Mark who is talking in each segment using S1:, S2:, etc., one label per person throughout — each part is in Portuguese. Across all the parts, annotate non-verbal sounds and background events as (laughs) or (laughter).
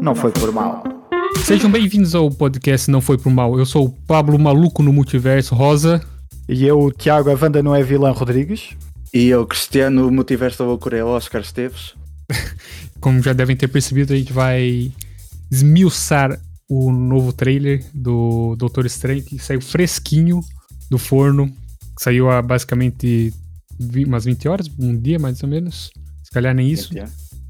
S1: Não foi por mal.
S2: Sejam bem-vindos ao podcast Não Foi Por Mal. Eu sou o Pablo Maluco no Multiverso Rosa.
S1: E eu, Tiago, a Wanda não é vilã Rodrigues.
S3: E eu, Cristiano, o multiverso da loucura é Oscar Esteves.
S2: Como já devem ter percebido, a gente vai esmiuçar o novo trailer do Doutor Estranho, que saiu fresquinho do forno. Saiu há basicamente vi- umas 20 horas, um dia mais ou menos. Se calhar nem isso.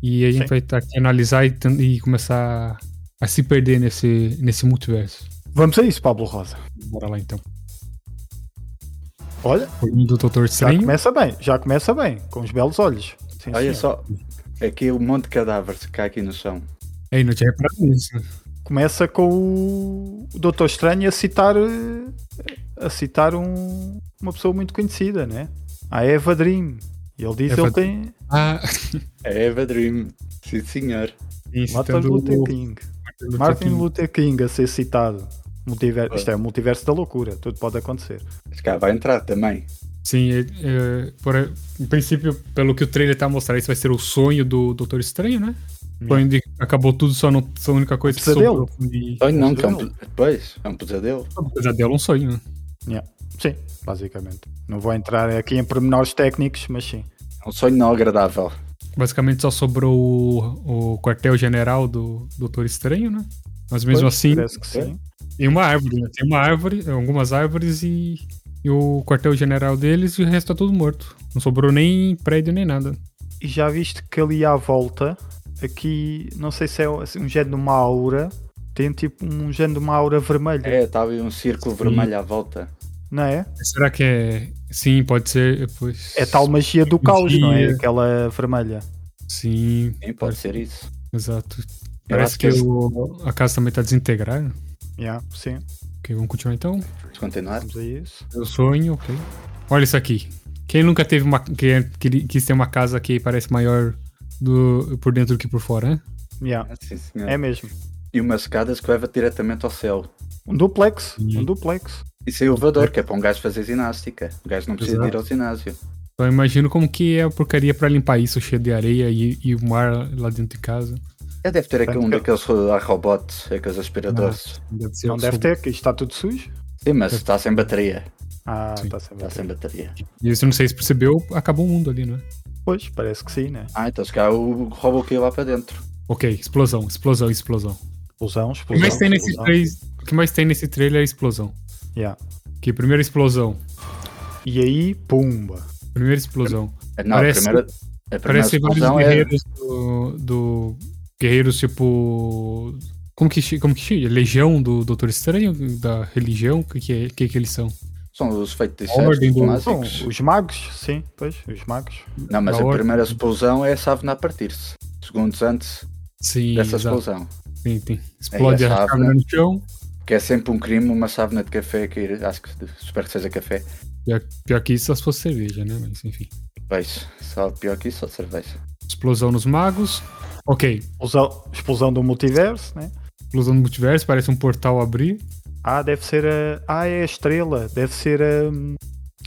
S2: E a gente
S1: é. Sim.
S2: vai estar aqui analisar e, ten- e começar a se perder nesse, nesse multiverso.
S1: Vamos a isso, Pablo Rosa.
S2: Bora lá então.
S1: Olha,
S2: Forno do Doutor
S1: já
S2: Estranho.
S1: começa bem, já começa bem, com os belos olhos. Sim, senhor.
S3: Olha só, aqui um monte de cadáveres que cai aqui no chão.
S2: Ei, não tinha reparado isso.
S1: Começa com o o Doutor Estranho a citar eh, a citar um- uma pessoa muito conhecida, né? A Eva Dream. E ele diz
S2: Eva
S1: ele tem
S2: Ah,
S3: É Eva Dream, sim senhor.
S1: Martin
S2: citando
S1: Luther
S2: o
S1: King.
S2: Martin
S1: Martin
S2: King.
S1: Luther King a ser citado. Multiver- Isto é o multiverso da loucura, tudo pode acontecer.
S3: Mas cá vai entrar também.
S2: Sim, é, é, por, em princípio, pelo que o trailer tá mostrando, isso vai ser o sonho do Doutor Estranho, né?
S1: É.
S2: Sonho de acabou tudo, só não só a única coisa que
S1: Pesadelo.
S2: sobrou foi
S3: Sonho não, que é um,
S1: pesadelo.
S3: pe- pois, é um pesadelo.
S2: um pesadelo, um sonho, né?
S1: Sim, basicamente. Não vou entrar aqui em pormenores técnicos, mas sim.
S3: É um sonho não agradável.
S2: Basicamente só sobrou o, o quartel-general do Doutor Estranho, né? Mas mesmo
S1: Pois,
S2: assim,
S1: Parece que sim.
S2: tem uma árvore, né? Tem uma árvore, algumas árvores e, e o quartel-general deles e o resto tá tudo morto. Não sobrou nem prédio nem nada.
S1: E já viste que ali à volta, aqui, não sei se é assim, um género de uma aura, tem tipo um género de uma aura vermelha,
S3: É, estava aí um círculo vermelho à volta.
S1: não é?
S2: Será que é. Sim, pode ser. Pois...
S1: É tal magia do caos, não é?
S2: Magia.
S1: Aquela vermelha.
S2: Sim,
S3: Nem pode ser isso.
S2: Exato.
S3: Eu
S2: Parece
S3: acho
S2: que,
S3: que
S2: o- a casa também tá desintegrada.
S1: Yeah, sim,
S2: Ok, vamos continuar então.
S3: Vamos continuar?
S1: vamos a isso.
S2: Meu sonho, ok. Olha isso aqui. Quem nunca teve uma. Que, que, quis ter uma casa que parece maior do, por dentro do que por fora, né?
S1: Yeah,
S3: Ah, Sim, senhor.
S1: é mesmo.
S3: E umas escadas que leva diretamente ao céu.
S1: Um duplex,
S2: Sim.
S1: um duplex.
S3: Isso é elevador, que é para um gajo fazer ginástica. O gajo não precisa de ir ao ginásio.
S2: Então eu imagino como que é a porcaria pra limpar isso, cheio de areia e, e o mar lá dentro de casa.
S3: É, deve ter aqui
S1: Tanto
S3: um
S1: que-
S3: daqueles uh, robotes, aqueles aspiradores.
S2: Deve ser
S1: Não deve ter, que isto está tudo sujo.
S3: Sim, mas está sem bateria.
S1: Ah,
S2: Sim.
S1: está sem
S3: Está Tá sem
S1: bater.
S3: bateria.
S2: E isso, não sei se percebeu, acabou o mundo ali, né?
S1: Pois, parece que sim, né?
S3: Ah, então se calhar o robô caiu lá para dentro.
S2: Ok, explosão, explosão, explosão.
S1: Explosão,
S2: O que
S1: explosão.
S2: mais tem nesse,
S1: explosão.
S2: três- o que mais tem nesse trailer é a explosão.
S1: Yeah.
S2: Que primeira explosão.
S1: E aí, pumba.
S2: Primeira explosão.
S3: Ah, Não,
S2: Parece-
S3: a primeira, a primeira
S2: Parece vários
S3: explosão é.
S2: guerreiros do, do- Guerreiros tipo. Como que, chi- como que chama? Legião do Doutor Estranho? Da religião? O que, que, é- que, que eles são?
S3: São os feitos
S2: Ordem do-
S1: São
S3: clássicos.
S1: os magos, sim, pois, os magos.
S3: Não, mas
S2: da
S3: a
S2: ordem.
S3: primeira explosão é a chávena a partir-se. Segundos antes
S2: Sim,
S3: dessa
S2: exato.
S3: explosão.
S2: Sim, tem. Explode
S3: É,
S2: a
S3: essa
S2: chave
S3: árvore.
S2: no chão.
S3: Que é sempre um crime, uma chávena de café que acho que espero que seja café.
S2: Pior, pior que isso, só se fosse cerveja, né? Mas enfim.
S3: Pois, só pior que isso, só cerveja.
S2: Explosão nos magos. Ok.
S1: Explosão, explosão do multiverso, né?
S2: Explosão no multiverso, parece um portal abrir.
S1: Ah, deve ser a. Ah, é a estrela. Deve ser a. hum,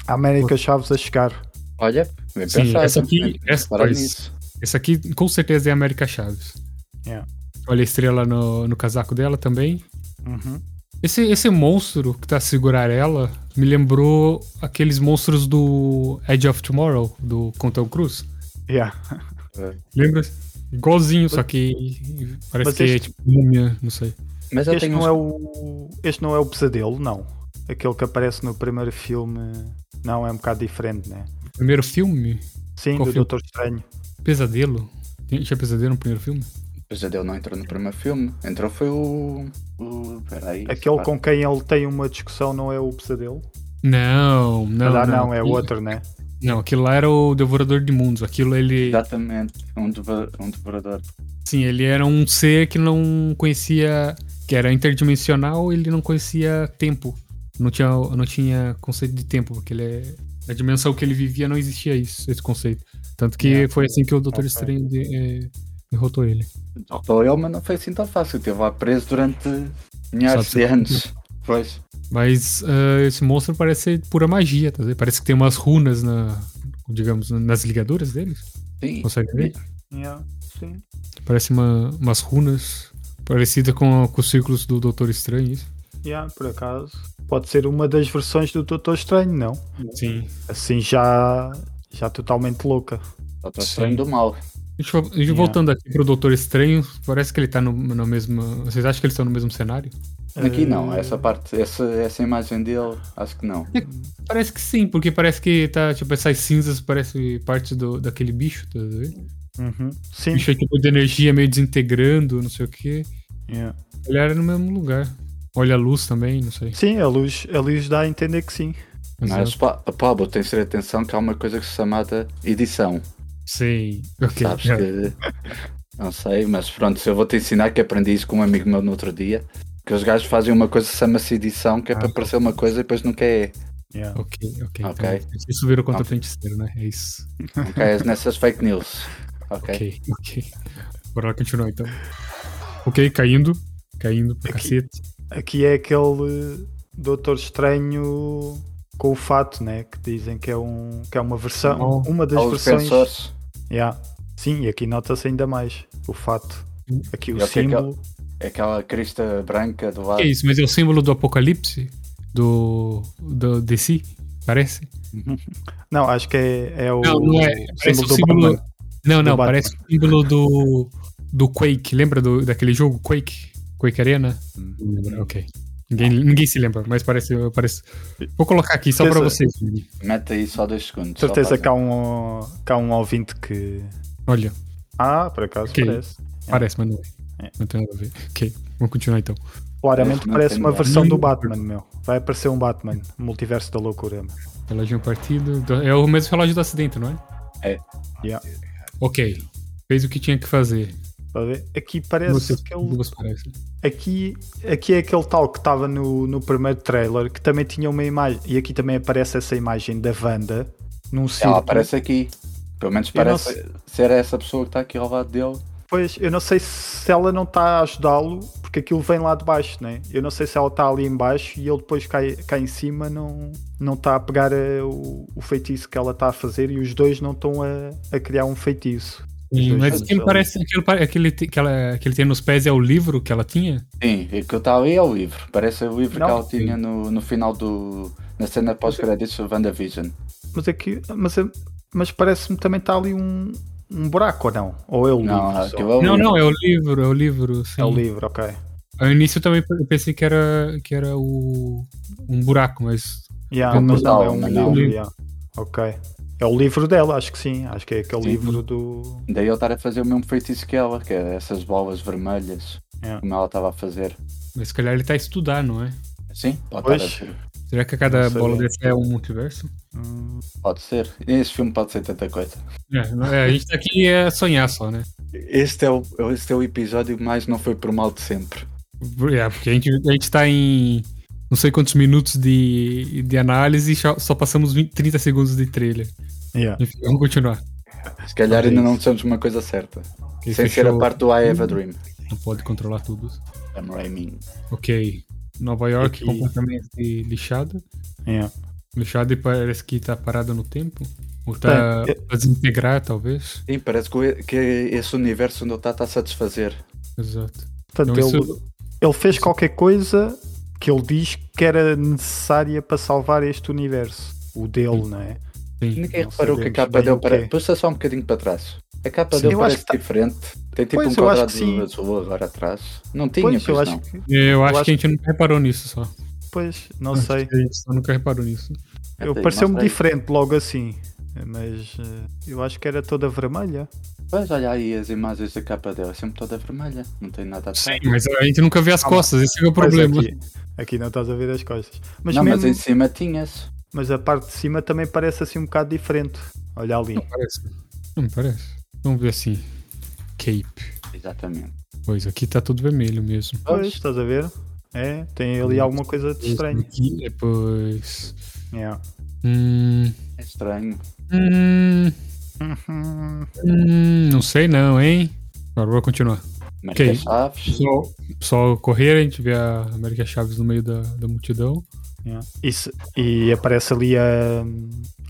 S1: a América Chaves a chegar.
S3: Olha, bem
S2: Sim,
S3: pensado.
S2: essa aqui-
S3: bem-
S2: essa-
S3: reparar
S2: pois.
S3: né? nisso.
S2: Esse aqui com certeza é a América Chaves.
S1: É.
S2: Olha a estrela no, no casaco dela também.
S1: Uhum.
S2: Esse, esse monstro que tá a segurar ela me lembrou aqueles monstros do Edge of Tomorrow, do Contão Cruz.
S1: Yeah.
S2: Lembra? Igualzinho, só que parece
S1: Mas
S2: que é
S1: este-
S2: tipo múmia, não sei.
S3: Mas eu
S1: Este
S3: tenho um
S1: não
S3: uns
S1: é o. Este não é o pesadelo, não. Aquele que aparece no primeiro filme. Não, é um bocado diferente, né?
S2: Primeiro filme?
S1: Sim,
S2: Qual
S1: do
S2: filme?
S1: Doutor Estranho.
S2: Pesadelo? Tinha tinha pesadelo no primeiro filme?
S3: Pesadelo não entrou no primeiro filme. Entrou foi o. o peraí.
S1: Aquele
S3: pá.
S1: com quem ele tem uma discussão não é o pesadelo?
S2: Não, não.
S1: Calhar não, é o
S2: Aquilo-
S1: outro, né?
S2: Não, aquilo lá era o Devorador de Mundos. Aquilo ele.
S3: Exatamente. Um, deva- um devorador.
S2: Sim, ele era um ser que não conhecia. que era interdimensional, ele não conhecia tempo. Não tinha, não tinha conceito de tempo, porque ele é. Na dimensão que ele vivia não existia isso, esse conceito. Tanto que
S1: Yeah.
S2: foi assim que o Doutor
S1: Ok.
S2: Estranho de, eh, derrotou ele.
S3: Derrotou ele, mas não foi assim tão fácil. Esteve lá preso durante milhares
S2: Sabe-se
S3: de anos. Pois.
S2: Mas ah, esse monstro parece ser pura magia, tá vendo? Parece que tem umas runas na. digamos, nas ligaduras dele.
S3: Sim.
S2: Consegue ver?
S1: Yeah, sim.
S2: Parece uma, umas runas. Parecida com, com os círculos do Doutor Estranho, isso?
S1: Yeah, por acaso. Pode ser uma das versões do Doutor Estranho, não?
S2: Sim.
S1: Assim já, já totalmente louca.
S3: Doutor
S2: Sim.
S3: Estranho do Mal.
S2: Deixa eu- e Voltando aqui pro Doutor Estranho, parece que ele tá no, no mesmo. Vocês acham que eles estão no mesmo cenário?
S3: Aqui não, é
S1: Eh,
S3: essa parte, essa, essa imagem dele, acho que não.
S2: Parece que sim, porque parece que tá, tipo, essas cinzas parece parte do, daquele bicho, tá vendo?
S1: uhum. Sim.
S2: Bicho é tipo de energia meio desintegrando, não sei o quê.
S1: Yeah.
S2: Ele era no mesmo lugar. Olha a luz também, não sei.
S1: Sim, a luz, a luz dá a entender que sim.
S3: Mas, pa- Pablo, tens de ter atenção que há uma coisa que se chamada edição.
S2: Sim. Ok.
S3: Sabes
S2: já.
S3: que. Não sei, mas pronto, eu vou-te ensinar que aprendi isso com um amigo meu no outro dia. Que os gajos fazem uma coisa que se chama-se edição, que é
S2: Ah.
S3: para parecer uma coisa e depois nunca é.
S1: Yeah.
S2: Ok, ok.
S3: Ok.
S2: Então, isso virou contra o
S3: Ok.
S2: feiticeiro, né? É isso.
S3: Nunca é nessas fake news. Ok?
S2: Ok, ok. Bora lá continuar então. Ok, caindo. Caindo
S3: É
S2: pra
S1: Aqui.
S2: cacete.
S1: Aqui é aquele Doutor Estranho com o fato, né? Que dizem que é, um, que é uma versão,
S2: Oh.
S1: uma das
S3: Há os
S1: versões.
S3: defensores.
S1: Yeah. Sim, e aqui nota-se ainda mais o fato. Aqui o
S3: E o que é que é?
S1: símbolo.
S3: É aquela crista branca do lado.
S2: Que isso, mas é o símbolo do apocalipse? Do. do DC? Parece?
S1: Não, acho que é, é o,
S2: Não, não é. Parece o
S1: do
S2: símbolo.
S1: Batman.
S2: Não, não,
S1: Batman.
S2: parece o símbolo do. do Quake. Lembra do, daquele jogo Quake? Quake Arena? Não lembro, ok. Ninguém, ninguém se lembra, mas parece, parece. Vou colocar aqui só pra
S1: Certeza.
S2: vocês.
S3: Mete aí só dois segundos. só tá
S1: certeza
S3: para-
S1: que há, um, que há um ouvinte que.
S2: Olha,
S1: Ah, por acaso
S2: Ok.
S1: parece.
S2: parece, mas não
S1: É.
S2: é. Não tem nada a ver. Ok, vamos continuar então.
S1: Claramente
S3: Não
S1: parece
S3: tem
S1: uma
S3: nada.
S1: versão do
S2: Nenhum.
S1: Batman, meu. Vai aparecer um Batman, multiverso da loucura. meu.
S2: Relógio partido. do- É o mesmo relógio do acidente, não é?
S3: É.
S1: Yeah.
S2: Ok. Fez o que tinha que fazer.
S1: Tá a ver? Aqui
S2: Você,
S1: parece que ele,
S2: duas parece.
S1: aqui, aqui é aquele tal que estava no, no primeiro trailer que também tinha uma imagem. E aqui também aparece essa imagem da Wanda num circo.
S3: Ela aparece aqui. Pelo menos
S1: Eu não
S3: parece ser essa pessoa que está aqui ao lado dele.
S1: Pois, eu não sei se ela não está a ajudá-lo, porque aquilo vem lá de baixo, né? Eu não sei se ela está ali em baixo e ele depois cai, cá em cima não não está a pegar eh, o, o feitiço que ela está a fazer e os dois não estão a, a criar um feitiço.
S2: Sim,
S1: dois
S2: mas
S1: juntos
S2: aquele
S1: ali.
S2: parece aquele, pa- aquele te- que, ela, que ele tem nos pés é o livro que ela tinha?
S3: Sim, e o que está ali é o livro. Parece o livro
S1: Não.
S3: que ela tinha no, no final do. na cena pós-créditos do WandaVision.
S1: Mas aqui, mas, eh, mas parece-me também está ali um, um buraco ou não? Ou é o
S3: Não,
S1: livro? só?
S3: aquilo é o
S2: não,
S3: livro.
S2: não, é o livro, é o livro. Sim.
S1: É o livro, ok.
S2: Ao início eu também pe- pensei que era, que era o, um buraco, mas.
S1: Yeah,
S2: Não,
S1: mas não, é um
S3: não,
S1: livro.
S2: não.
S1: yeah. Ok. É o livro dela, acho que sim. Acho que é aquele
S3: Sim.
S1: livro do.
S3: Daí ele estar a fazer o mesmo feitiço que ela, que era essas bolas vermelhas,
S1: É.
S3: como ela estava a fazer.
S2: Mas se calhar ele tá a estudar, não é?
S3: Sim, pode
S1: Pois.
S3: estar a-
S2: Será que a cada
S1: Não sei
S2: bola
S1: bem.
S2: dessa é um multiverso?
S1: Hum,
S3: Pode ser. Esse filme pode ser tanta coisa.
S2: É, não- é, a gente tá aqui é sonhar só, né?
S3: Este é o, este é o episódio mais não foi por mal de sempre.
S2: É, porque a gente, a gente tá em não sei quantos minutos de, de análise e só, só passamos 20, 30 segundos de trailer.
S1: yeah.
S2: Enfim, vamos continuar.
S3: Se calhar
S1: Talvez.
S3: ainda não dissemos uma coisa certa.
S2: Ok,
S3: Sem ser a
S2: fechou.
S3: parte do I Have a Dream.
S2: Não pode controlar tudo.
S3: I'm Raiming.
S2: Ok. Nova York
S1: Aqui.
S2: completamente lixada.
S1: Yeah.
S2: Lixada e parece que tá parada no tempo. Ou tá
S1: É,
S2: a desintegrar, talvez.
S3: Sim, parece que, o- que esse universo não está a satisfazer.
S2: Exato.
S1: Portanto,
S2: Então,
S1: ele, ele fez qualquer coisa que ele diz que era necessária para salvar este universo. O dele, não é?
S2: Sim.
S3: Ninguém
S1: Não
S3: reparou que a
S1: sabemos
S3: capa
S1: bem
S3: dele
S1: o que é.
S3: para. Puxa só um bocadinho para trás. A capa
S2: Sim.
S3: dele
S1: Eu acho que
S3: parece
S1: tá-
S3: diferente. Tem tipo
S1: Pois,
S3: um
S1: eu acho
S3: quadrado
S1: que sim.
S3: azul agora atrás. Não tinha,
S1: Pois,
S3: pois,
S1: eu
S3: não.
S1: acho que.
S2: Eu acho
S1: acho-
S2: que a gente nunca reparou nisso só.
S1: Pois, não
S2: Acho
S3: (laughs)
S1: sei.
S2: que A gente só nunca reparou nisso.
S1: Eu
S3: Até aí,
S1: pareceu-me
S3: mostra aí.
S1: diferente logo assim. Mas eh, eu acho que era toda vermelha.
S3: Pois, olha aí as imagens da capa dela, é sempre toda vermelha, não tem nada a
S2: Sim, mas a gente nunca vê as
S1: Calma.
S2: costas, esse é o
S1: Pois,
S2: problema.
S1: Aqui, aqui não estás a ver as costas. Mas,
S3: Não,
S1: mesmo,
S3: mas em cima tinha-se.
S1: mas a parte de cima também parece assim um bocado diferente. Olha ali.
S2: Não parece. Não me parece. Vamos ver assim. Cape.
S3: Exatamente.
S2: Pois aqui tá tudo vermelho mesmo.
S1: Pois, estás a ver? É, tem
S3: Uhum.
S1: ali alguma coisa de estranho.
S2: Aqui, depois.
S1: Yeah.
S2: Hum,
S3: É estranho.
S2: hum,
S1: Uhum.
S2: hum, não sei não, hein? Agora vou continuar.
S3: Mas
S2: Ok.
S3: tem chaves.
S2: Só, só correr, a gente vê a América Chaves no meio da, da multidão.
S1: Yeah. Isso, e aparece ali a, a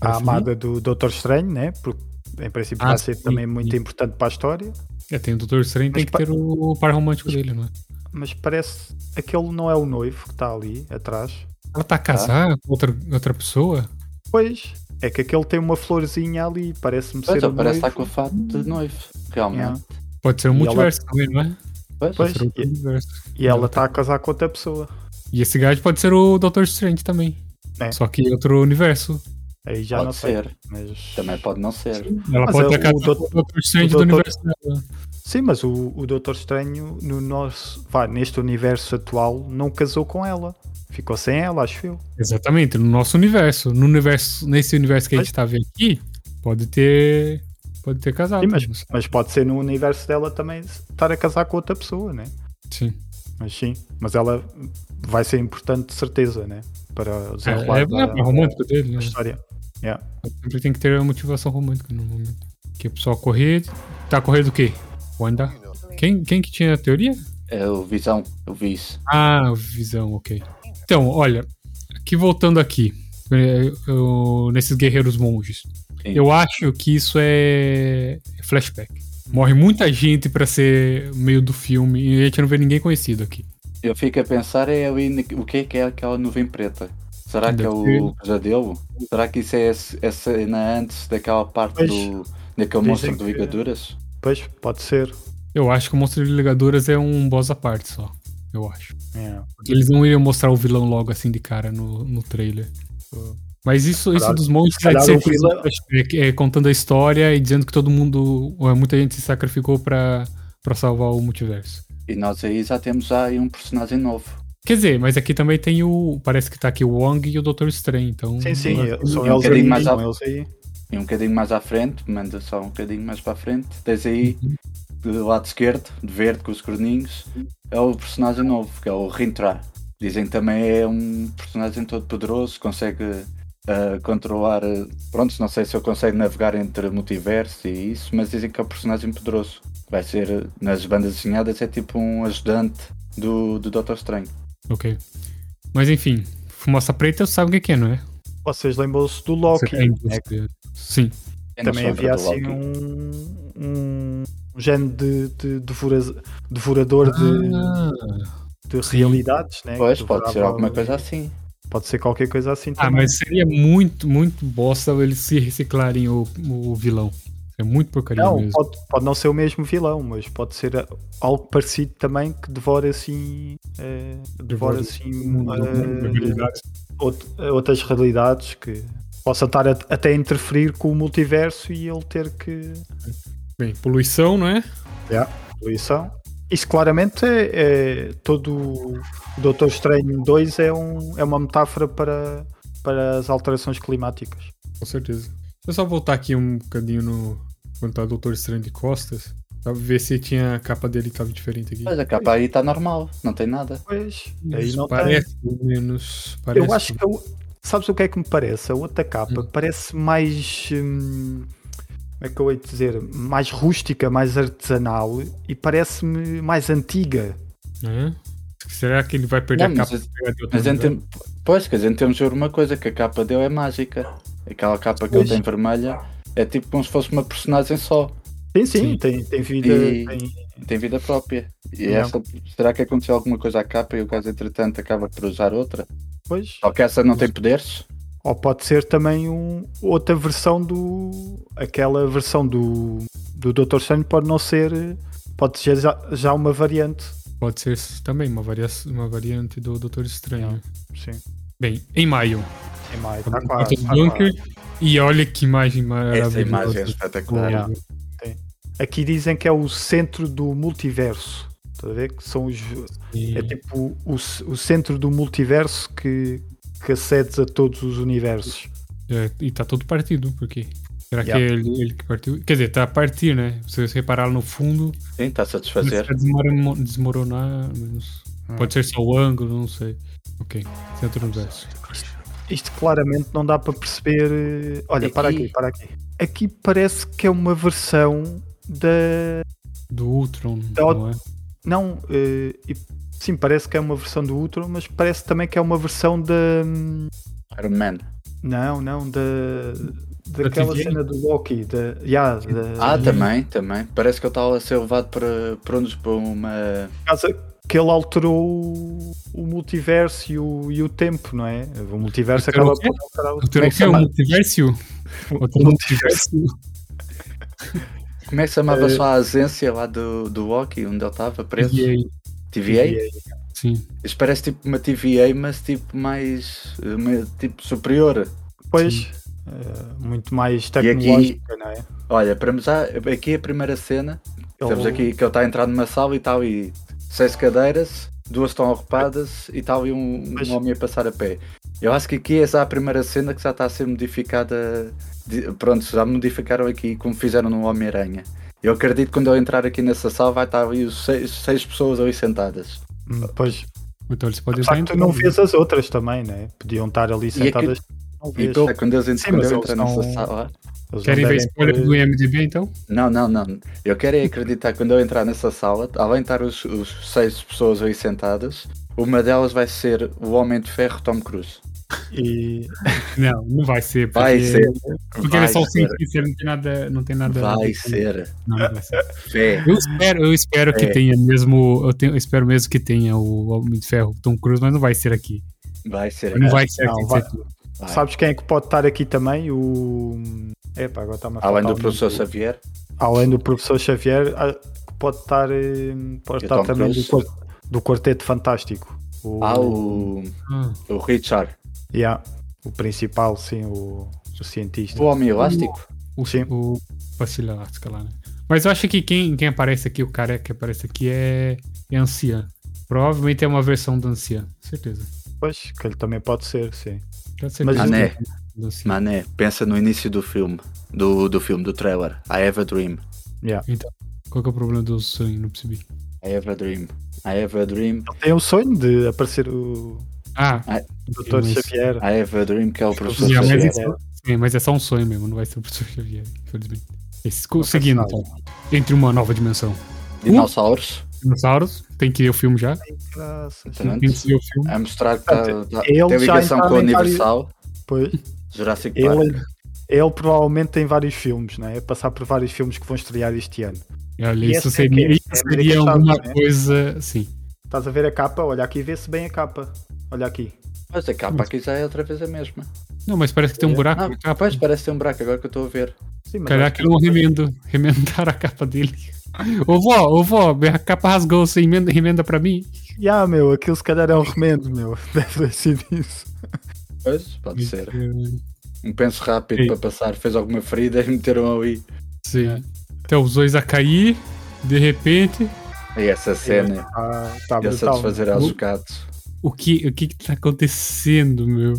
S2: Parece
S3: Ah,
S1: amada do Doutor Estranho, né? Porque em princípio
S2: Ah,
S1: vai ser
S2: sim,
S1: também muito
S2: sim.
S1: importante para a história,
S2: É, tem o Doutor Estranho, tem
S1: Mas
S2: que
S1: pa-
S2: ter o, o par romântico dele, não é?
S1: mas parece aquele não é o noivo que está ali atrás.
S2: Ela tá casada com outra, outra pessoa?
S1: Pois é que aquele tem uma florzinha ali, parece-me
S3: Pois,
S1: ser o
S3: ele parece estar
S1: noivo. Hum.
S3: com o fato de noivo, realmente.
S2: Pode ser um
S1: E ela-
S2: multiverso também, não é?
S3: Pois,
S1: Pois,
S2: Pode ser outro
S1: e-
S2: multiverso.
S1: E ela está a casar com outra pessoa.
S2: E esse gajo pode ser o Doutor Strange também.
S1: É.
S2: Só que em outro universo.
S1: Aí já
S3: Pode
S1: não sei.
S3: ser.
S1: Mas...
S3: também pode não ser.
S2: Ela
S1: Mas
S2: pode
S1: é,
S2: ter
S1: o
S2: casado com
S1: Doutor-
S2: o Doutor Strange
S1: o
S2: do
S1: Doutor-
S2: universo dela.
S1: Sim, mas o, o Doutor Estranho no nosso, vá, neste universo atual não casou com ela. Ficou sem ela, acho eu.
S2: Exatamente, no nosso universo. No universo nesse universo que a gente tá vendo aqui, pode ter. Pode ter casado.
S1: Sim, mas,
S2: não sei.
S1: mas pode ser no universo dela também estar a casar com outra pessoa, né?
S2: Sim.
S1: Mas sim, mas ela vai ser importante de certeza, né? Para o
S2: É, é, é,
S1: desenrolar da,
S2: o romântico dele,
S1: da
S2: né?
S1: história. Yeah.
S2: Sempre tem que ter a motivação romântica no momento. Que o pessoal correr. Tá correndo o quê? Wanda? Quem, quem que tinha a teoria?
S3: É o Visão, o Vice.
S2: Ah, visão, ok. Então, olha, aqui voltando aqui, eh, eu- nesses guerreiros monges.
S3: Sim.
S2: Eu acho que isso é flashback. Morre muita gente pra ser meio do filme e a gente não vê ninguém conhecido aqui.
S3: Eu fico a pensar é o, in- o que é que é aquela nuvem preta? Será que é o
S2: Deve
S3: pesadelo? Será que isso é esse- a cena antes daquela parte
S1: Pois,
S3: do.
S1: dizem
S3: daquele monstro de
S1: que-
S3: ligaduras?
S1: Pois, pode ser.
S2: Eu acho que o Monstro de Ligaduras é um boss à parte só. Eu acho.
S1: Yeah.
S2: Porque eles não iriam mostrar o vilão logo assim de cara no, no trailer. Mas isso, isso
S1: Caralho.
S2: dos monges
S1: Se
S2: é de
S1: calhar
S2: ser
S1: o vilão-
S2: flashback, é, contando a história e dizendo que todo mundo, ou é, muita gente se sacrificou pra, pra salvar o multiverso.
S3: E nós aí já temos aí um personagem novo.
S2: Quer dizer, mas aqui também tem o. Parece que tá aqui o Wong e o Dr. Strange, então.
S1: Sim, sim,
S2: Agora-
S1: são
S3: um
S1: eles aí.
S3: bocadinho mais
S1: são
S3: alto.
S1: eles aí.
S3: E um bocadinho mais à frente, manda só um bocadinho mais para a frente. Tens aí do lado esquerdo, de verde com os corninhos, é o personagem novo, que é o Rintra. Dizem que também é um personagem todo poderoso, consegue ah, controlar. ah, pronto, não sei se ele consegue navegar entre multiverso e isso, mas dizem que é um personagem poderoso. Vai ser ah, nas bandas desenhadas, é tipo um ajudante do, do Doutor Estranho.
S2: Ok. Mas enfim, fumaça preta sabe o que que é, não é?
S1: Vocês lembram-se do Loki?
S2: Você tá tem-
S1: né?
S2: Sim.
S3: É na
S1: Também
S3: sombra
S1: havia
S3: do
S1: assim
S3: Loki.
S1: um, um, um género de, de devora- devorador de,
S2: Ah,
S1: de
S2: sim.
S1: realidades, né?
S3: Pois,
S1: Que
S3: pode ser
S1: devorava-
S3: alguma coisa assim.
S1: Pode ser qualquer coisa assim
S2: Ah,
S1: também.
S2: mas seria muito, muito bosta eles se reciclarem o, o vilão. É muito porcaria
S1: Não,
S2: mesmo.
S1: pode, pode não ser o mesmo vilão, mas pode ser a- algo parecido também que devora assim. eh, devora
S2: Devora
S1: assim.
S2: Mundo-
S1: eh,
S3: É.
S2: mundo de habilidades.
S1: out- eh, outras realidades que possam estar a- até a interferir com o multiverso e ele ter que.
S2: Bem, poluição, não é?
S1: poluição. Isso claramente é, é todo o Doutor Estranho 2 é, um, é uma metáfora para, para as alterações climáticas.
S2: Com certeza. Deixa eu só voltar aqui um bocadinho no. Quando tá o Doutor Estranho de costas. Pra ver se tinha a capa dele tava diferente aqui.
S3: Mas a capa aí está normal, não tem nada.
S1: Pois, aí
S2: Isso é,
S3: tá,
S1: não tem.
S2: parece, pelo menos. Parece.
S1: Eu acho que eu, sabes o que é que me parece? A outra capa parece mais hum, como é que eu hei de dizer? Mais rústica, mais artesanal e parece-me mais antiga.
S2: Né? Será que ele vai perder
S3: Não,
S2: a
S3: mas
S2: capa?
S3: esse-
S2: e pegar de outro
S3: Mas em
S2: lugar?
S3: tem... Pois, quer dizer, em termos de uma coisa, que a capa dele é mágica. Aquela capa que
S1: Pois.
S3: ele tem vermelha é tipo como se fosse uma personagem só,
S1: Tem sim,
S2: Sim.
S1: Tem, tem vida.
S3: E-
S1: Tem...
S3: tem vida própria. E
S1: Não.
S3: essa, será que aconteceu alguma coisa à capa e o caso entretanto acaba por usar outra?
S1: Pois.
S3: Só que essa não tem poderes?
S1: Ou pode ser também um, outra versão do. Aquela versão do, do Dr. Strange pode não ser. Pode ser já, já uma variante.
S2: Pode ser s- também uma, varia... uma variante do Doutor Estranho.
S1: Não. Sim.
S2: Bem, em maio.
S1: É mais. Tá
S2: Tá
S1: quase. tá
S2: bunker,
S1: quase.
S2: e olha que imagem maravilhosa.
S3: Essa imagem é espetacular.
S1: Yeah. Aqui dizem que é o centro do multiverso. Estás a ver? Que são os.
S2: E-
S1: É tipo o, o centro do multiverso que, que acedes a todos os universos.
S2: É, e tá todo partido, porque. Será
S1: Yeah.
S2: que é ele, ele que partiu? Quer dizer, tá a partir, né? Se vocês repararam no fundo,
S3: Sim, está a
S2: começa
S3: satisfazer.
S2: a desmoramo- desmoronar. Mas...
S1: Hum.
S2: Pode ser só o ângulo, não sei. Ok, centro do universo.
S1: Isto claramente não dá para perceber. eh, Olha,
S3: Aqui-
S1: para aqui, para aqui. Aqui parece que é uma versão da.
S2: Do Ultron,
S1: Da outra-
S2: não é?
S1: Não, eh, e- sim, parece que é uma versão do Ultron, mas parece também que é uma versão da.
S3: Iron Man.
S1: Não, não, da. daquela
S2: TV?
S1: cena do Loki. Da, yeah, da,
S3: Ah, também, também. Parece que ele estava a ser levado para, para, onde- para uma.
S1: por causa que ele alterou o multiverso e o, e o tempo, não é? O multiverso
S2: Alterou
S1: acaba
S2: o quê?
S1: por alterar o
S2: Doutor,
S1: Como é
S2: o
S1: que
S2: que é o
S1: chama?
S2: multiverso? Outro multiverso.
S3: Como é que se
S1: Eh,
S3: chamava só a agência lá do, do Loki, onde ele estava preso?
S2: E aí,
S3: TVA?
S2: sim.
S3: Isto parece tipo uma TVA, mas tipo mais. eh, uma- tipo superior.
S1: Pois, eh, muito mais tecnológica, não é?
S3: Olha, para já, aqui é a primeira cena.
S1: Ele-
S3: Temos aqui que ele está a entrar numa sala e tal, e seis cadeiras, duas estão ocupadas e tal, e um,
S1: Mas-
S3: um homem a passar a pé. Eu acho que aqui é já a primeira cena que já está a ser modificada. de- pronto, já modificaram aqui como fizeram no Homem-Aranha. Eu acredito que quando eu entrar aqui nessa sala vai estar ali os seis, seis pessoas ali sentadas.
S1: Hum, Pois,
S2: Então eles podem
S1: Só que
S2: usar
S1: tu
S2: em
S1: não
S2: tudo.
S1: vês as outras também, né? Podiam estar ali sentadas. Não
S3: E
S1: vês.
S3: pelo é quando eles ent-
S1: Sim,
S3: quando
S1: mas
S3: eu
S1: eles
S3: entrar nessa
S1: não-
S3: sala.
S1: Eles
S2: Querem
S1: não
S2: ver
S1: devem
S2: spoiler
S1: ter-
S2: do IMDB então?
S3: Não, não, não. Eu quero é acreditar que quando eu entrar nessa sala, além de estar os, os seis pessoas aí sentadas, uma delas vai ser o Homem de Ferro Tom Cruise.
S1: E
S2: Não, não vai ser. Porque,
S3: Vai ser.
S2: Porque
S3: vai
S2: ele é só o
S3: ser.
S2: cientista, ele não tem nada. Não tem nada
S3: Vai ser.
S2: Não, não vai ser.
S3: Fé.
S2: Eu espero, eu espero que
S3: É.
S2: tenha mesmo. Eu, tenho- eu espero mesmo que tenha o Homem de Ferro Tom Cruise, mas não vai ser aqui.
S3: Vai ser.
S2: Não vai ser
S1: É, não,
S2: aqui.
S1: vai-
S2: vai ser-
S3: Vai.
S1: sabes quem é que pode estar aqui também? O. Epá, agora está-me a
S3: Além
S1: faltar
S3: do
S1: o
S3: professor
S1: nome
S3: Xavier,
S1: do- Além do professor Xavier, ah, pode estar, eh, pode
S3: E o
S1: estar
S3: Tom
S1: também do,
S3: Cruise?
S1: quar- do Quarteto Fantástico. O,
S3: há o,
S2: Ah,
S3: o Richard,
S1: yeah, o principal, sim, o, o cientista.
S3: o Homem Elástico.
S2: o,
S1: Sim.
S2: o Pastilha Elástica lá, né? Mas eu acho que quem, quem aparece aqui, o cara que aparece aqui é, é Anciã. Provavelmente é uma versão do Anciã. Certeza.
S1: Pois, que ele também pode ser, sim.
S2: Com certeza
S1: Mas- né?
S2: que é
S3: Mané.
S2: do Anciã.
S3: Mané, pensa no início do filme, do, do filme, do trailer. I have a dream.
S1: Yeah.
S2: Qual que é o problema do sonho? Não percebi.
S3: I have a dream. I have a dream.
S1: Ele tem o sonho de aparecer o
S2: Ah,
S3: Ah,
S1: Dr.
S2: mas-
S1: Xavier.
S3: I have a dream que é o professor
S2: Yeah, mas
S3: Xavier.
S2: isso- Sim, mas é só um sonho mesmo, não vai ser o professor Xavier, infelizmente. Esse- seguindo, então. Entre uma nova dimensão.
S3: Dinossauros.
S2: Dinossauros, tem que ir o filme já.
S1: Graças.
S3: Pronto.
S2: Tem que ir o filme.
S3: a mostrar que tá, tá-
S1: ele
S3: tem
S1: já
S3: ligação
S1: entrava
S3: com o
S1: em vários-
S3: Universal,
S1: Pois,
S3: Jurassic Park.
S1: ele, é, ele provavelmente tem vários filmes, né? É passar por vários filmes que vão estrear este ano.
S2: Olha,
S1: E
S2: isso
S1: esse é que é-
S2: seria, isso
S1: é American
S2: seria
S1: Dinossauros,
S2: alguma
S1: né?
S2: coisa. Sim.
S1: Estás a ver a capa? Olha aqui, vê-se bem a capa. Olha aqui.
S3: Mas a capa aqui já é outra vez a mesma.
S2: Não, mas parece que tem um buraco
S3: Não,
S2: na capa.
S3: rapaz, parece ter um buraco agora que eu estou a ver.
S1: Sim, É, mas
S2: Caraca, não remendo. (laughs) Remendaram a capa dele. Ô vó, ô vó, minha capa rasgou, você emenda, remenda pra mim?
S1: Ah, meu, aquilo se calhar é um remendo, meu. (laughs) Deve ter sido isso.
S3: Pois, pode
S2: É,
S3: ser.
S2: Sim.
S3: Um penso rápido
S2: Sim.
S3: para passar, fez alguma ferida e (laughs) meteram ali.
S1: É.
S2: Então os dois a cair, de repente.
S3: E essa cena,
S1: Ah, tá
S3: e a
S1: brutal. meu.
S3: satisfazer aos gatos.
S2: O que, o que que tá acontecendo, meu?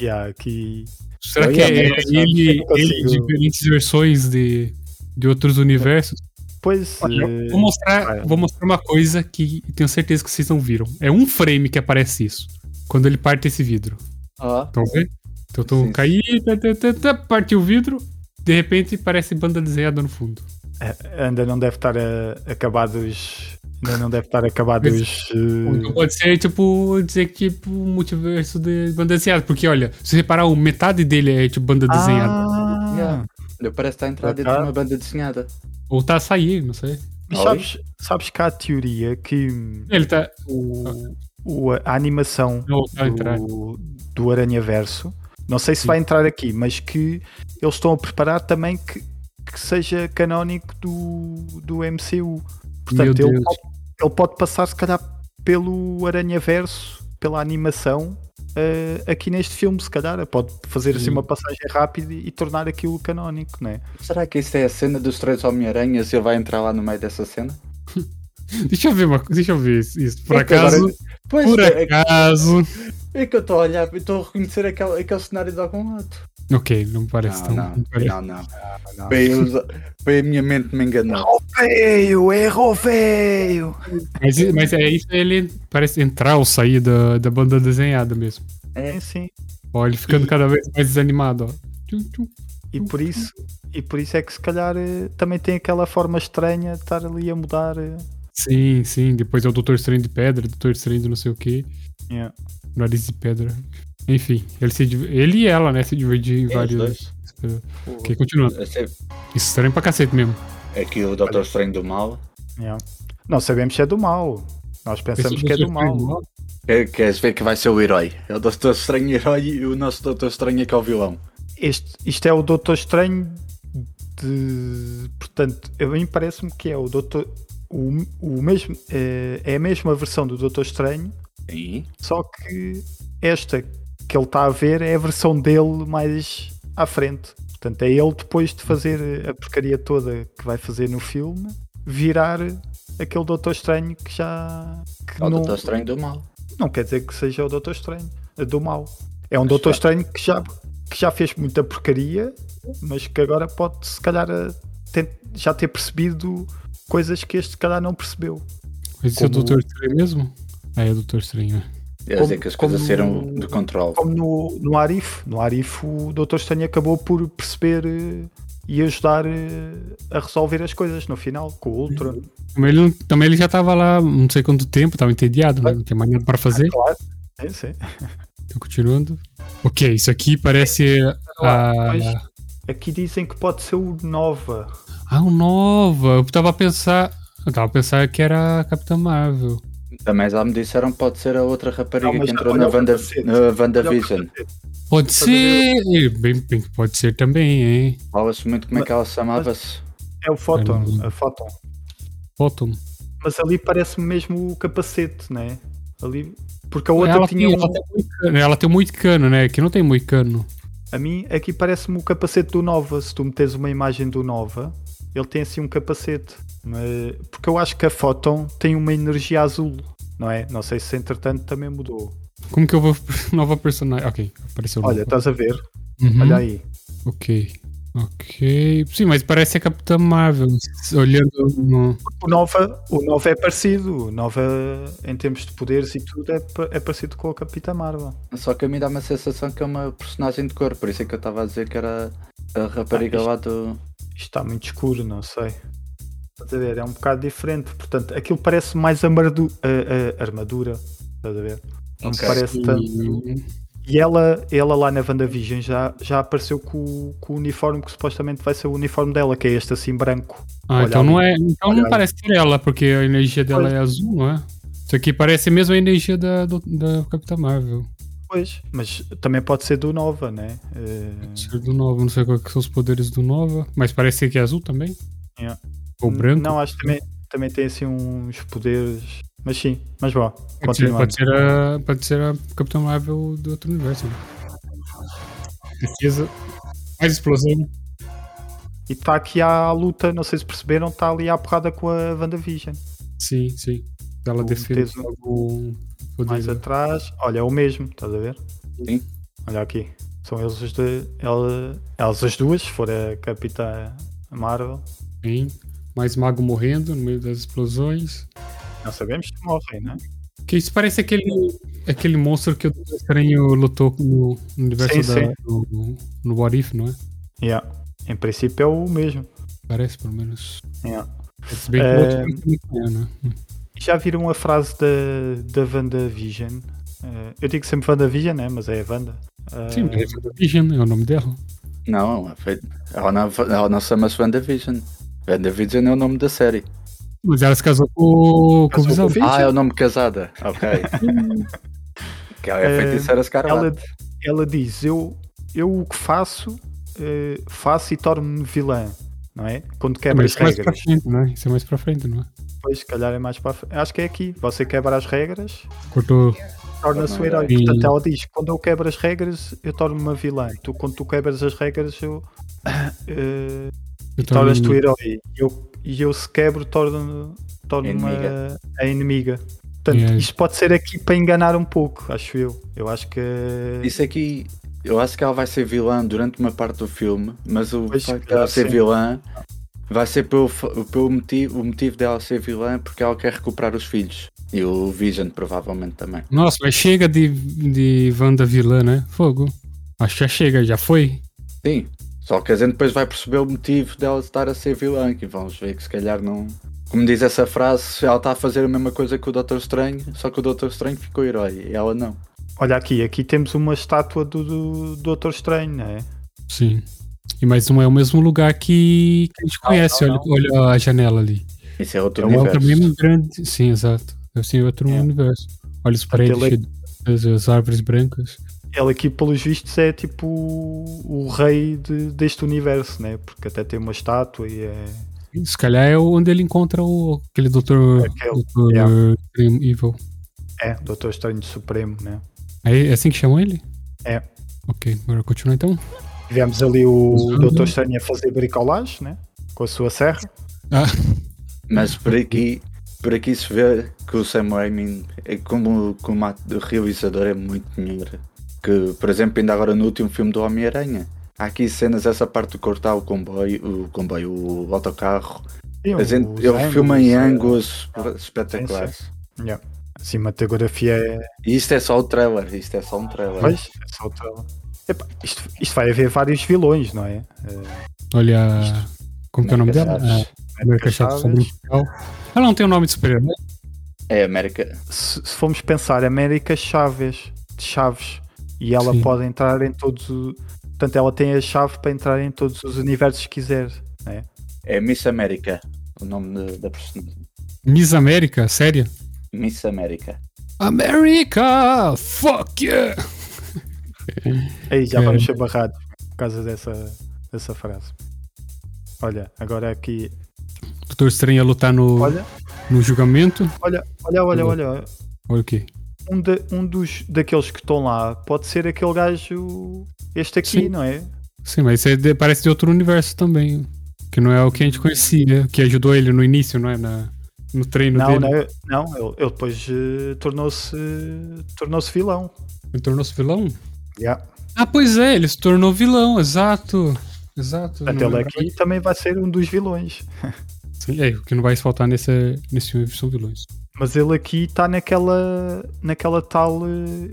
S1: Yeah, aqui.
S2: Será
S3: Eu
S2: que
S3: ia
S2: é
S3: mesmo,
S2: é
S1: sabe? Eu
S2: ele,
S1: não consigo.
S2: ele de diferentes versões de, de outros universos?
S1: Pois.
S2: Olha,
S1: eh,
S2: Vou mostrar,
S1: vai.
S2: vou mostrar uma coisa que tenho certeza que vocês não viram. É um frame que aparece isso. Quando ele parte esse vidro.
S3: Ah,
S2: Estão vendo? Então
S3: Sim,
S2: tô
S3: sim.
S2: caí, tá, tá, tá, tá, partiu o vidro, de repente parece banda desenhada no fundo.
S1: eh, Ainda não deve estar a, acabados. Ainda não deve estar acabados.
S3: Hum.
S2: Então pode ser tipo dizer que tipo um multiverso de banda desenhada, porque olha, se você reparar, o metade dele é tipo banda desenhada.
S1: Ah,
S3: yeah. Olha, Parece estar a entrar dentro de
S1: Tá.
S3: uma banda desenhada.
S2: Ou tá a sair, não sei.
S1: Mas
S3: Oi?
S1: sabes, sabes que há a teoria que hum,
S2: Ele tá.
S1: o, o- a animação
S2: Não,
S3: Hum.
S2: tá a entrar.
S1: do, do Aranhaverso. Não sei se vai entrar aqui, mas que eles estão a preparar também que, que seja canónico do, do MCU. Portanto,
S2: Meu
S1: ele
S2: Deus.
S1: pode, ele pode passar, se calhar, pelo Aranhaverso, pela animação, eh, aqui neste filme, se calhar. Pode fazer assim
S2: Sim.
S1: uma passagem rápida e tornar aquilo canónico, né?
S3: Será que isto é a cena dos três Homem-Aranhas e ele vai entrar lá no meio dessa cena?
S2: Deixa eu ver uma coisa, deixa eu ver isso. isso. Por
S3: É que agora-
S2: acaso,
S3: Pois,
S2: por
S3: é,
S2: acaso.
S3: é que eu estou a olhar, estou a reconhecer aquele, aquele cenário de algum lado.
S2: Ok, não parece
S3: Não,
S2: tão.
S3: não,
S2: não parece.
S3: não, não. Bem, eu- bem, a minha mente me enganou.
S1: Feio, erro feio!
S2: Mas, mas é isso, ele parece entrar ou sair da, da banda desenhada mesmo.
S1: Sim, sim.
S2: Ó, ele ficando cada vez mais desanimado, ó. Tchum, tchum.
S1: E por isso, e por isso é que se calhar eh, também tem aquela forma estranha de estar ali a mudar. eh.
S2: Sim, sim. Depois é o Doutor Estranho de Pedra, Doutor Estranho de não sei o que.
S1: Yeah.
S2: Nariz de Pedra. Enfim, ele, se, div- ele e ela, né, se dividem em
S3: É, os
S2: vários.
S3: dois.
S2: Ok, continuando.
S3: É sempre-
S2: Isso estranho pra cacete mesmo.
S3: Aqui o Doutor Estranho do Mal.
S1: Yeah. Não sabemos se é do mal. Nós pensamos
S2: Pensei
S1: que é do
S2: Doutor Estranho
S1: mal.
S3: Quer- Queres ver que vai ser o herói? É o Doutor Estranho herói e o nosso Doutor Estranho é que é o vilão.
S1: Este, isto é o Doutor Estranho de. Portanto, a mim parece-me que é o Doutor. O, o mesmo, eh, é a mesma versão do Doutor Estranho,
S3: Sim.
S1: só que esta que ele está a ver é a versão dele mais à frente. Portanto, é ele depois de fazer a porcaria toda que vai fazer no filme, virar aquele Doutor Estranho que já. que
S3: É o
S1: não-
S3: Doutor Estranho do Mal.
S1: não quer dizer que seja o Doutor Estranho eh, do mal. É um
S3: Mas
S1: Doutor
S3: já-
S1: Estranho que já, que já fez muita porcaria, mas que agora pode, se calhar, eh, ten- já ter percebido coisas que este, se calhar, não percebeu.
S2: Mas esse é o
S1: Como-
S2: Doutor Estranho mesmo? Ah, é o Doutor Estranho, né?
S3: Quer
S1: Como-
S3: dizer que as coisas
S1: como-
S3: saíram de controle.
S1: Como no, no Arif. No Arif, o Doutor Estranho acabou por perceber eh, e ajudar eh, a resolver as coisas no final, com o Ultron.
S2: Também ele, não- também ele já tava lá não sei quanto tempo, tava entediado, né? não tinha mais nada pra fazer.
S1: Claro. É, sim.
S2: Então, continuando. Ok, isso aqui parece ah,
S1: Mas
S2: a...
S1: aqui dizem que pode ser o Nova.
S2: Ah, o Nova. Eu tava a pensar... Eu tava a pensar que era a Capitã Marvel.
S3: Também já me disseram que pode ser a outra rapariga
S1: Não, mas
S3: que entrou
S1: olha
S3: na,
S1: o
S3: Wanda,
S1: capacete.
S3: na WandaVision.
S2: Pode
S1: Tá vendo?
S2: ser... eh, Bem, bem, pode ser também, hein?
S3: Fala-se muito como é que ela se chamava-se.
S1: É o Photon. A Photon.
S2: Bottom.
S1: Mas ali parece-me mesmo o capacete, né? Ali, porque a outra
S2: ela,
S1: tinha
S2: tem,
S1: um.
S2: ela, tem moicano, ela tem moicano, né? Que não tem moicano.
S1: A mim, aqui parece-me o capacete do Nova. Se tu metes uma imagem do Nova, ele tem assim um capacete. Mas- Porque eu acho que a Photon tem uma energia azul, não é? Não sei se entretanto também mudou.
S2: Como que eu vou... (laughs) Nova personagem... Ok, apareceu
S1: Olha,
S2: nova.
S1: estás a ver?
S2: Uhum.
S1: Olha aí.
S2: Ok. Ok. Sim, mas parece a Capitã Marvel. se- Olhando no.
S1: O Nova, o Nova é parecido. O Nova, em termos de poderes e tudo, é, pa- é parecido com a Capitã Marvel.
S3: Só que a mim dá uma sensação que é uma personagem de cor, por isso é que eu estava a dizer que era a rapariga
S1: Ah, isto-
S3: lá do.
S1: Isto está muito escuro, não sei. Estás a ver? É um bocado diferente. Portanto, aquilo parece mais amardu- a- a- armadura. Estás a ver? Não me
S3: Ok.
S1: parece
S2: né?
S1: tanto. E ela, ela lá na WandaVision já, já apareceu com, o- com o uniforme que supostamente vai ser o uniforme dela, que é este assim branco.
S2: Ah,
S1: Olha
S2: então
S1: ali.
S2: não é. Então
S1: Olha
S2: não
S1: ali.
S2: parece ser ela, porque a energia dela
S1: Pois.
S2: é azul, não é? Isso aqui parece mesmo a energia da, do- da Capitã Marvel.
S1: Pois, mas também pode ser do Nova, né? Eh,
S2: Ser do Nova, não sei qual que são os poderes do Nova, mas parece que é azul também.
S1: É.
S2: Ou branco.
S1: Não, acho que também, também tem assim uns poderes. Mas sim, mas bom,
S2: Pode ser,
S1: continuando.
S2: pode, ser a, pode ser a Capitã Marvel do outro universo. né? Pesquisa. Mais explosão.
S1: E está aqui a luta, não sei se perceberam, está ali à porrada com a WandaVision.
S2: Sim, sim. Ela
S1: Um
S2: defende
S1: peso.
S2: o poder.
S1: Mais
S2: dela.
S1: atrás, olha, é o mesmo, estás a ver?
S3: Sim.
S1: Olha aqui. São eles os de, ela- elas as duas, se for a Capitã Marvel.
S2: Sim. Mais mago morrendo no meio das explosões.
S1: Não sabemos se morrem, né?
S2: Que isso parece aquele, aquele monstro que o Doutor Estranho lutou no no universo
S1: Sim,
S2: da,
S1: sim.
S2: No, no What If, não é?
S1: Yeah. Em princípio é o mesmo.
S2: Parece, pelo menos.
S1: Yeah.
S2: Se bem que
S1: É.
S2: o outro filme também é, né?
S1: Já viram a frase da, da WandaVision? Eh, eu digo sempre WandaVision, né? mas é a Wanda. Eh,
S2: Sim, mas é da Vision, é o nome dela.
S3: Não, é feito- ela não, ela não se chama-se WandaVision. WandaVision é o nome da série.
S2: Mas ela se casou com, com o
S1: Casou
S2: Visão.
S1: com o Sim,
S3: ah,
S1: sim.
S3: é o nome casada.
S1: (laughs)
S3: Ok. que ela é
S1: Eh,
S3: feiticeira escarlate.
S1: ela, ela diz: eu, eu o que faço, eh, faço e torno-me vilã, não é? Quando quebra as
S2: Mas isso é mais pra
S1: regras.
S2: frente, né? Isso é mais pra frente, não é?
S1: Depois, se calhar, é mais para a frente. Acho que é aqui: você quebra as regras,
S2: Cortou.
S1: torna-se um herói.
S2: Sim.
S1: Portanto, ela diz: quando eu quebro as regras, eu torno-me uma vilã. Tu, quando tu quebras as regras, eu. eh,
S2: eu tô
S1: tornas-te o
S2: no-
S1: herói. E eu, e eu se quebro, torno-me torno-me
S3: Inimiga.
S1: a, a inimiga. Portanto,
S2: Yeah.
S1: isto pode ser aqui para enganar um pouco, acho eu. Eu acho que.
S3: Isso aqui, eu acho que ela vai ser vilã durante uma parte do filme, mas o
S1: Pois,
S3: facto dela
S1: sim.
S3: ser vilã vai ser pelo, fa- pelo motivo, o motivo dela ser vilã porque ela quer recuperar os filhos. E o Vision provavelmente também.
S2: Nossa, mas chega de, de Wanda vilã, né? Fogo. Acho que já chega, já foi.
S3: Sim. Só que a gente depois vai perceber o motivo dela estar a ser vilã, que vamos ver que se calhar não. Como diz essa frase, ela está a fazer a mesma coisa que o Doutor Estranho, só que o Doutor Estranho ficou herói e ela não.
S1: Olha aqui, aqui temos uma estátua do, do Doutor Estranho, não é?
S2: Sim. E mas não é o mesmo lugar que, que a gente
S3: Não,
S2: conhece,
S3: Ah, não,
S2: olha, olha a janela ali.
S3: Esse é outro
S1: É
S2: É outro
S3: universo.
S2: mesmo grande. Sim, exato. Deve ser outro
S1: É.
S2: universo. Olha os prédios,
S1: Aquele-
S2: cheios de- as, as árvores brancas.
S1: Ele aqui, pelos vistos, é tipo o rei de- deste universo, né? Porque até tem uma estátua e é.
S2: E Se calhar é onde ele encontra o, aquele doutor,
S1: Aquele,
S2: doutor
S1: yeah.
S2: Extreme Evil.
S1: É, Doutor Estranho Supremo, né?
S2: É, é assim que chamam ele?
S1: É.
S2: Ok, bora continuar então.
S1: Tivemos ali o
S2: Uhum.
S1: Doutor Estranho a fazer bricolagem, né? Com a sua serra.
S2: Ah,
S3: Mas por aqui, por aqui se vê que o Sam Raimi, é como, como ato- realizador, é muito melhor. Que, por exemplo, ainda agora no último filme do Homem-Aranha, há aqui cenas, essa parte de cortar o comboio, o comboio, o autocarro.
S1: Sim,
S3: A gente,
S1: É os
S3: ele filma em
S1: ângulos,
S3: ângulos espetaculares.
S1: é, yeah. A cinematografia é.
S3: E isto é só o trailer, isto é só um trailer.
S1: Pois, é só tela. Epá, isto, isto vai haver vários vilões, não é?
S2: olha. a- Como que é o nome dela?
S3: Chaves.
S2: A América Chaves Sobrenatural. então. Ela não tem o nome de super-herói.
S3: É América.
S1: se, se formos pensar, América Chaves, de Chaves, e ela
S2: Sim.
S1: pode entrar em todos o... Portanto, ela tem a chave para entrar em todos os universos que quiser.
S3: É Miss América, o nome da- da personagem.
S2: Miss América, séria?
S3: Miss América.
S2: América! Fuck yeah!
S1: Aí já
S2: É.
S1: vamos ser barrados por causa dessa, dessa frase. Olha, agora aqui.
S2: Doutor Estranho ia lutar no,
S1: Olha,
S2: no julgamento.
S1: olha, olha, olha, olha.
S2: Olha o quê?
S1: Um, de- um dos daqueles que estão lá pode ser aquele gajo. Este aqui,
S2: Sim.
S1: não é?
S2: Sim, mas isso é de- parece de outro universo também. Que não é o que a gente conhecia, que ajudou ele no início, não é? Na, no treino
S1: não,
S2: dele.
S1: não, é- não, ele, ele depois eh, tornou-se tornou-se vilão.
S2: Ele tornou-se vilão?
S1: Yeah.
S2: Ah, pois é, ele se tornou vilão, exato. Exato.
S1: Portanto,
S2: não
S1: ele
S2: lembrava
S1: aqui também vai ser um dos vilões.
S2: disso. É, o que não vai faltar nesse, nesse filme é são vilões.
S1: Mas ele aqui está naquela, naquela tal, eh,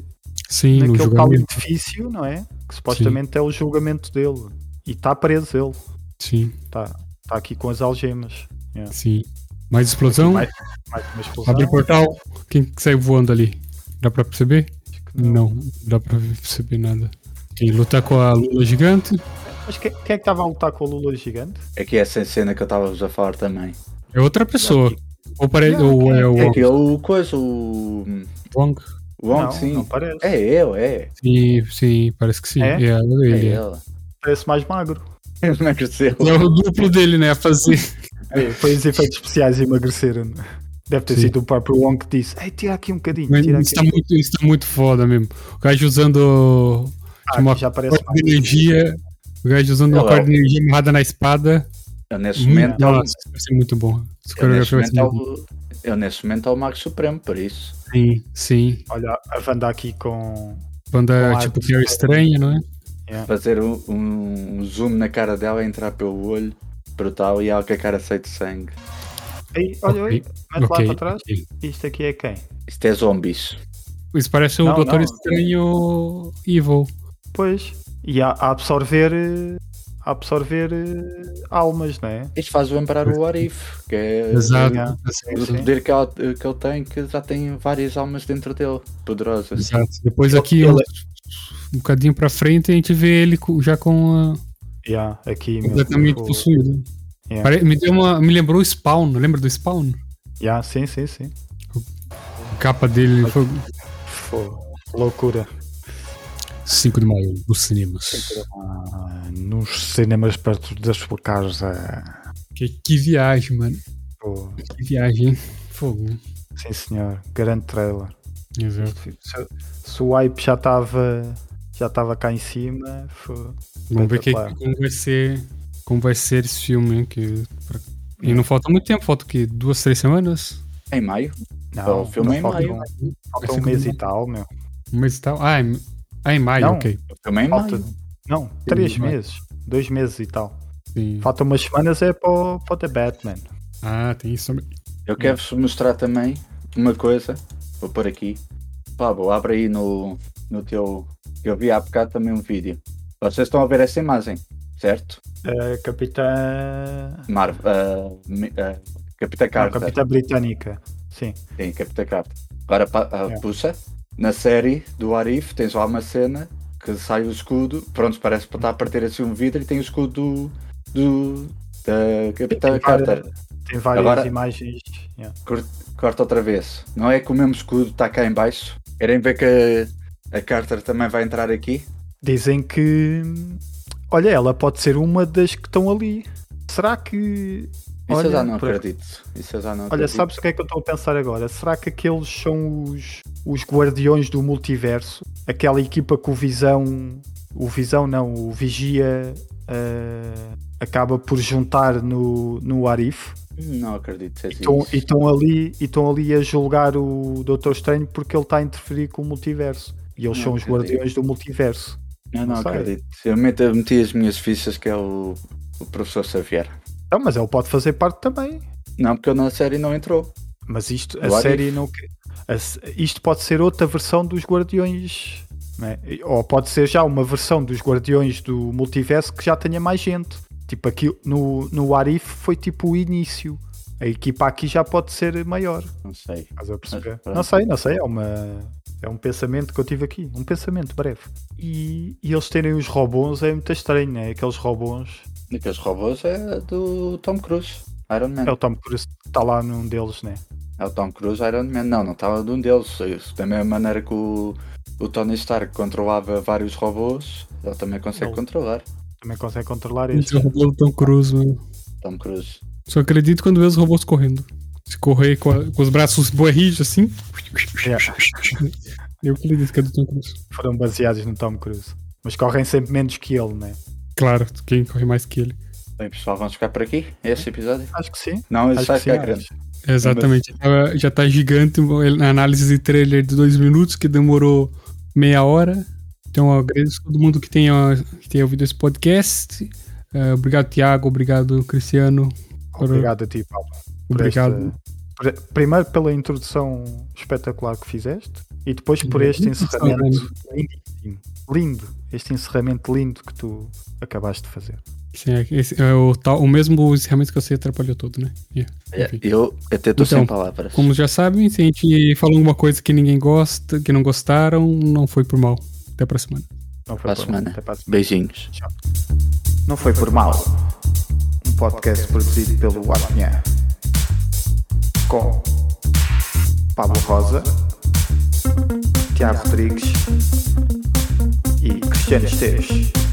S2: Sim, no
S1: naquele tal
S2: julgamento.
S1: edifício, não é? Que supostamente é o julgamento dele. E está preso ele.
S2: Sim,
S1: Está tá aqui com as algemas.
S2: sim. Mais explosão?
S1: Mais, mais uma explosão.
S2: Abre o portal. Quem que sai voando ali? Dá pra perceber?
S1: Acho que não.
S2: Não, não dá pra perceber nada. Quem lutar com a Lula gigante
S1: Mas que- quem é que estava a lutar com o Lula gigante?
S3: Aqui é essa cena que eu estava a falar também.
S2: é outra pessoa. Ou, pare...
S1: Não,
S2: ou
S1: quem-
S2: é o
S3: É que o coisa, o.
S2: Wong?
S3: o Wong,
S1: não,
S3: sim.
S1: não parece.
S3: É ele, é.
S2: Sim, sim, parece que sim.
S1: É?
S2: É, ela,
S3: É
S2: ele. é.
S3: (laughs) ele.
S1: Parece mais magro.
S3: Ele não cresceu.
S2: É o duplo dele, né?
S1: (laughs)
S2: A fazer.
S3: É.
S1: Foi os efeitos especiais e emagreceram. Deve ter
S2: Sim.
S1: sido o próprio Wong que disse: Ei, tira aqui um bocadinho,
S2: Mas
S1: tira
S2: Isso
S1: aqui.
S2: tá, muito, isso tá muito foda mesmo. O gajo usando
S1: Ah,
S2: uma
S1: já aparece
S2: corda
S1: mais.
S2: de energia. O gajo usando uma
S3: Não,
S2: corda de energia amarrada na espada.
S3: Ele neste
S2: Muito,
S3: momento é o.
S2: Hum, nossa, isso vai ser muito bom. Essa
S3: Ele neste
S2: coreografia vai ser
S3: momento é
S2: muito boa.
S3: o. Ele neste momento é o Mago Supremo, por isso.
S2: Sim, sim.
S1: Olha, a Wanda aqui com.
S2: Banda
S1: Com
S2: tipo
S1: armas.
S2: que é estranha, não é?
S3: Fazer um, um- um zoom na cara dela, entrar pelo olho, brutal, e ela com a cara cheia de sangue.
S1: Ei, olha,
S2: Ok,
S1: oi, mete
S2: ok,
S1: lá para trás.
S2: ok.
S1: Isto aqui é quem?
S3: Isto é zombies.
S2: Isso parece o
S1: Não,
S2: Doutor
S1: não.
S2: Estranho Evil.
S1: Pois. E a, a absorver. eh, A absorver eh, almas, não é?
S3: Isto faz lembrar o Arif, que é.
S2: Exato. tá
S1: é.
S3: O
S1: Sim.
S3: poder que, ela, que ele tem, que já tem várias almas dentro dele, poderosas.
S2: Exato. Depois aqui,
S1: Ele-
S2: um, um bocadinho pra frente, a gente vê ele co- já com a-
S1: Yeah, aqui meu,
S2: é completamente
S1: tipo,
S2: possuído.
S1: É.
S2: Pare- Me, deu uma, me lembrou o Spawn, lembra do Spawn?
S1: yeah, sim, sim, sim.
S2: A capa dele foi
S1: Fogo. Loucura.
S2: 5 de maio, dos cinemas.
S1: Ah, nos cinemas perto das sua casa.
S2: Que, que viagem, mano.
S1: Pô,
S2: Que viagem, hein? Fogo. né?
S1: sim, senhor. Grande trailer.
S2: Exato.
S1: Se, se o hype já estava. Já estava cá em cima. Foi...
S2: Vamos ver que,
S1: Espetacular.
S2: como, vai ser, como vai ser esse filme, hein, que pra- E não falta muito tempo, falta o quê? Duas, três semanas?
S3: Em maio,
S1: Não,
S3: o filme é
S1: não
S3: em
S1: falta
S3: maio.
S2: É
S1: um- Falta
S2: Vai
S1: um
S2: ser
S1: mês
S2: como-
S1: e tal, meu.
S2: Um mês e tal? Ah, em, ah, em maio,
S1: Não.
S2: ok.
S3: também em
S1: Falta.
S3: maio.
S1: Não, três
S3: é.
S2: maio.
S1: meses. Dois meses e tal.
S2: Sim.
S1: Falta umas semanas é para o, para o The Batman.
S2: Ah, tem isso também.
S3: Eu quero-vos mostrar também uma coisa. Vou pôr aqui. Pablo, abre aí no, no teu. Eu vi há bocado também um vídeo. Vocês estão a ver essa imagem, certo?
S1: Eh, Capitã.
S3: Mar... ah, me- ah, Capitã
S1: Não,
S3: Carter.
S1: Capitã Britânica. Sim.
S3: Sim, Capitã Carter. é Agora pa- ah,
S1: É.
S3: puxa. Na série do Arif tens lá uma cena que sai o escudo, pronto, parece para estar a partir assim um vidro e tem o escudo do, do da Capitã
S1: Tem várias-
S3: Carter.
S1: Tem várias
S3: Agora-
S1: imagens. yeah.
S3: Cor- Corta outra vez. Não é que o mesmo escudo está cá em baixo? Querem ver que a, a Carter também vai entrar aqui?
S1: Dizem que. Olha, ela pode ser uma das que estão ali. Será que.
S3: Isso eu já não
S1: por-
S3: acredito. Isso eu já não
S1: Olha,
S3: acredito.
S1: sabes o que é que eu estou a pensar agora? Será que aqueles são os, os guardiões do multiverso? Aquela equipa que o Visão. O Visão não, o Vigia ah, acaba por juntar no, no Arif
S3: Não acredito. seja isso.
S1: Então, e estão ali, e estão ali a julgar o Doutor Estranho porque ele está a interferir com o multiverso. E eles
S3: Não
S1: são os
S3: acredito.
S1: guardiões do multiverso.
S3: Eu não
S1: Não sei.
S3: acredito. Eu meto, eu meti as minhas fichas que é o, o professor Xavier.
S1: Não, Então, mas ele pode fazer parte também.
S3: Não, porque eu na série não entrou.
S1: Mas isto, a
S3: Do What
S1: série não. a s- isto pode ser outra versão dos Guardiões. né? Ou pode ser já uma versão dos Guardiões do multiverso que já tenha mais gente. Tipo, aqui no, no Arif foi tipo o início. A equipa aqui já pode ser maior.
S3: Não sei.
S1: Estás a perceber?
S3: Ah, pronto.
S1: Não sei, não sei. É, uma, é um pensamento que eu tive aqui. Um pensamento breve. E, e eles terem os robôs é muito estranho, né? Aqueles robôs.
S3: Aqueles robôs é do Tom Cruise. Iron Man.
S1: É o Tom Cruise que está lá num deles, né?
S3: É o Tom Cruise Iron Man. Não, não estava de um deles. Isso. Da mesma maneira que o, o Tony Stark controlava vários robôs, ele também consegue
S1: Ele.
S3: controlar.
S1: Também consegue controlar estes.
S2: Então, robô do Tom Cruise, mano.
S3: Tom Cruise.
S2: Só acredito quando vê os robôs correndo. Se correr com, a- com os braços borrijos assim.
S1: É.
S2: (laughs) Eu acredito que é do Tom Cruise.
S1: foram baseados no Tom Cruise. Mas correm sempre menos que ele, né?
S2: Claro, quem corre mais que ele.
S3: Bem, pessoal, vamos ficar por aqui? Este episódio?
S1: Acho que sim.
S3: Não,
S1: Acho
S3: isso vai
S1: que sim.
S3: ficar grande.
S2: Exatamente. Já, já tá gigante a análise de trailer de dois minutos, que demorou meia hora. Então, eu agradeço a todo mundo que tenha, que tenha ouvido esse podcast. Eh, obrigado, Tiago. Obrigado, Cristiano.
S1: Obrigado a ti, Paulo. por
S2: Obrigado.
S1: esta- por- primeiro pela introdução espetacular que fizeste e depois por
S2: Uhum.
S1: este encerramento lindíssimo. Lindo. Este encerramento lindo que tu acabaste de fazer.
S2: Sim, é- esse é o, tal, o mesmo encerramento que você atrapalhou todo, né? Yeah.
S3: É,
S2: Enfim.
S3: Eu até estou
S2: Então,
S3: sem palavras.
S2: Como já sabem, se a gente falou alguma coisa que ninguém gosta, que não gostaram, não foi por mal. Até a próxima.
S1: Não foi
S3: Para a
S1: por-
S3: semana.
S1: até para a semana.
S3: Beijinhos.
S1: Não foi por mal. Um podcast produzido pelo Watnia. Com Pablo Rosa, Tiago Rodrigues e Cristiano Esteves.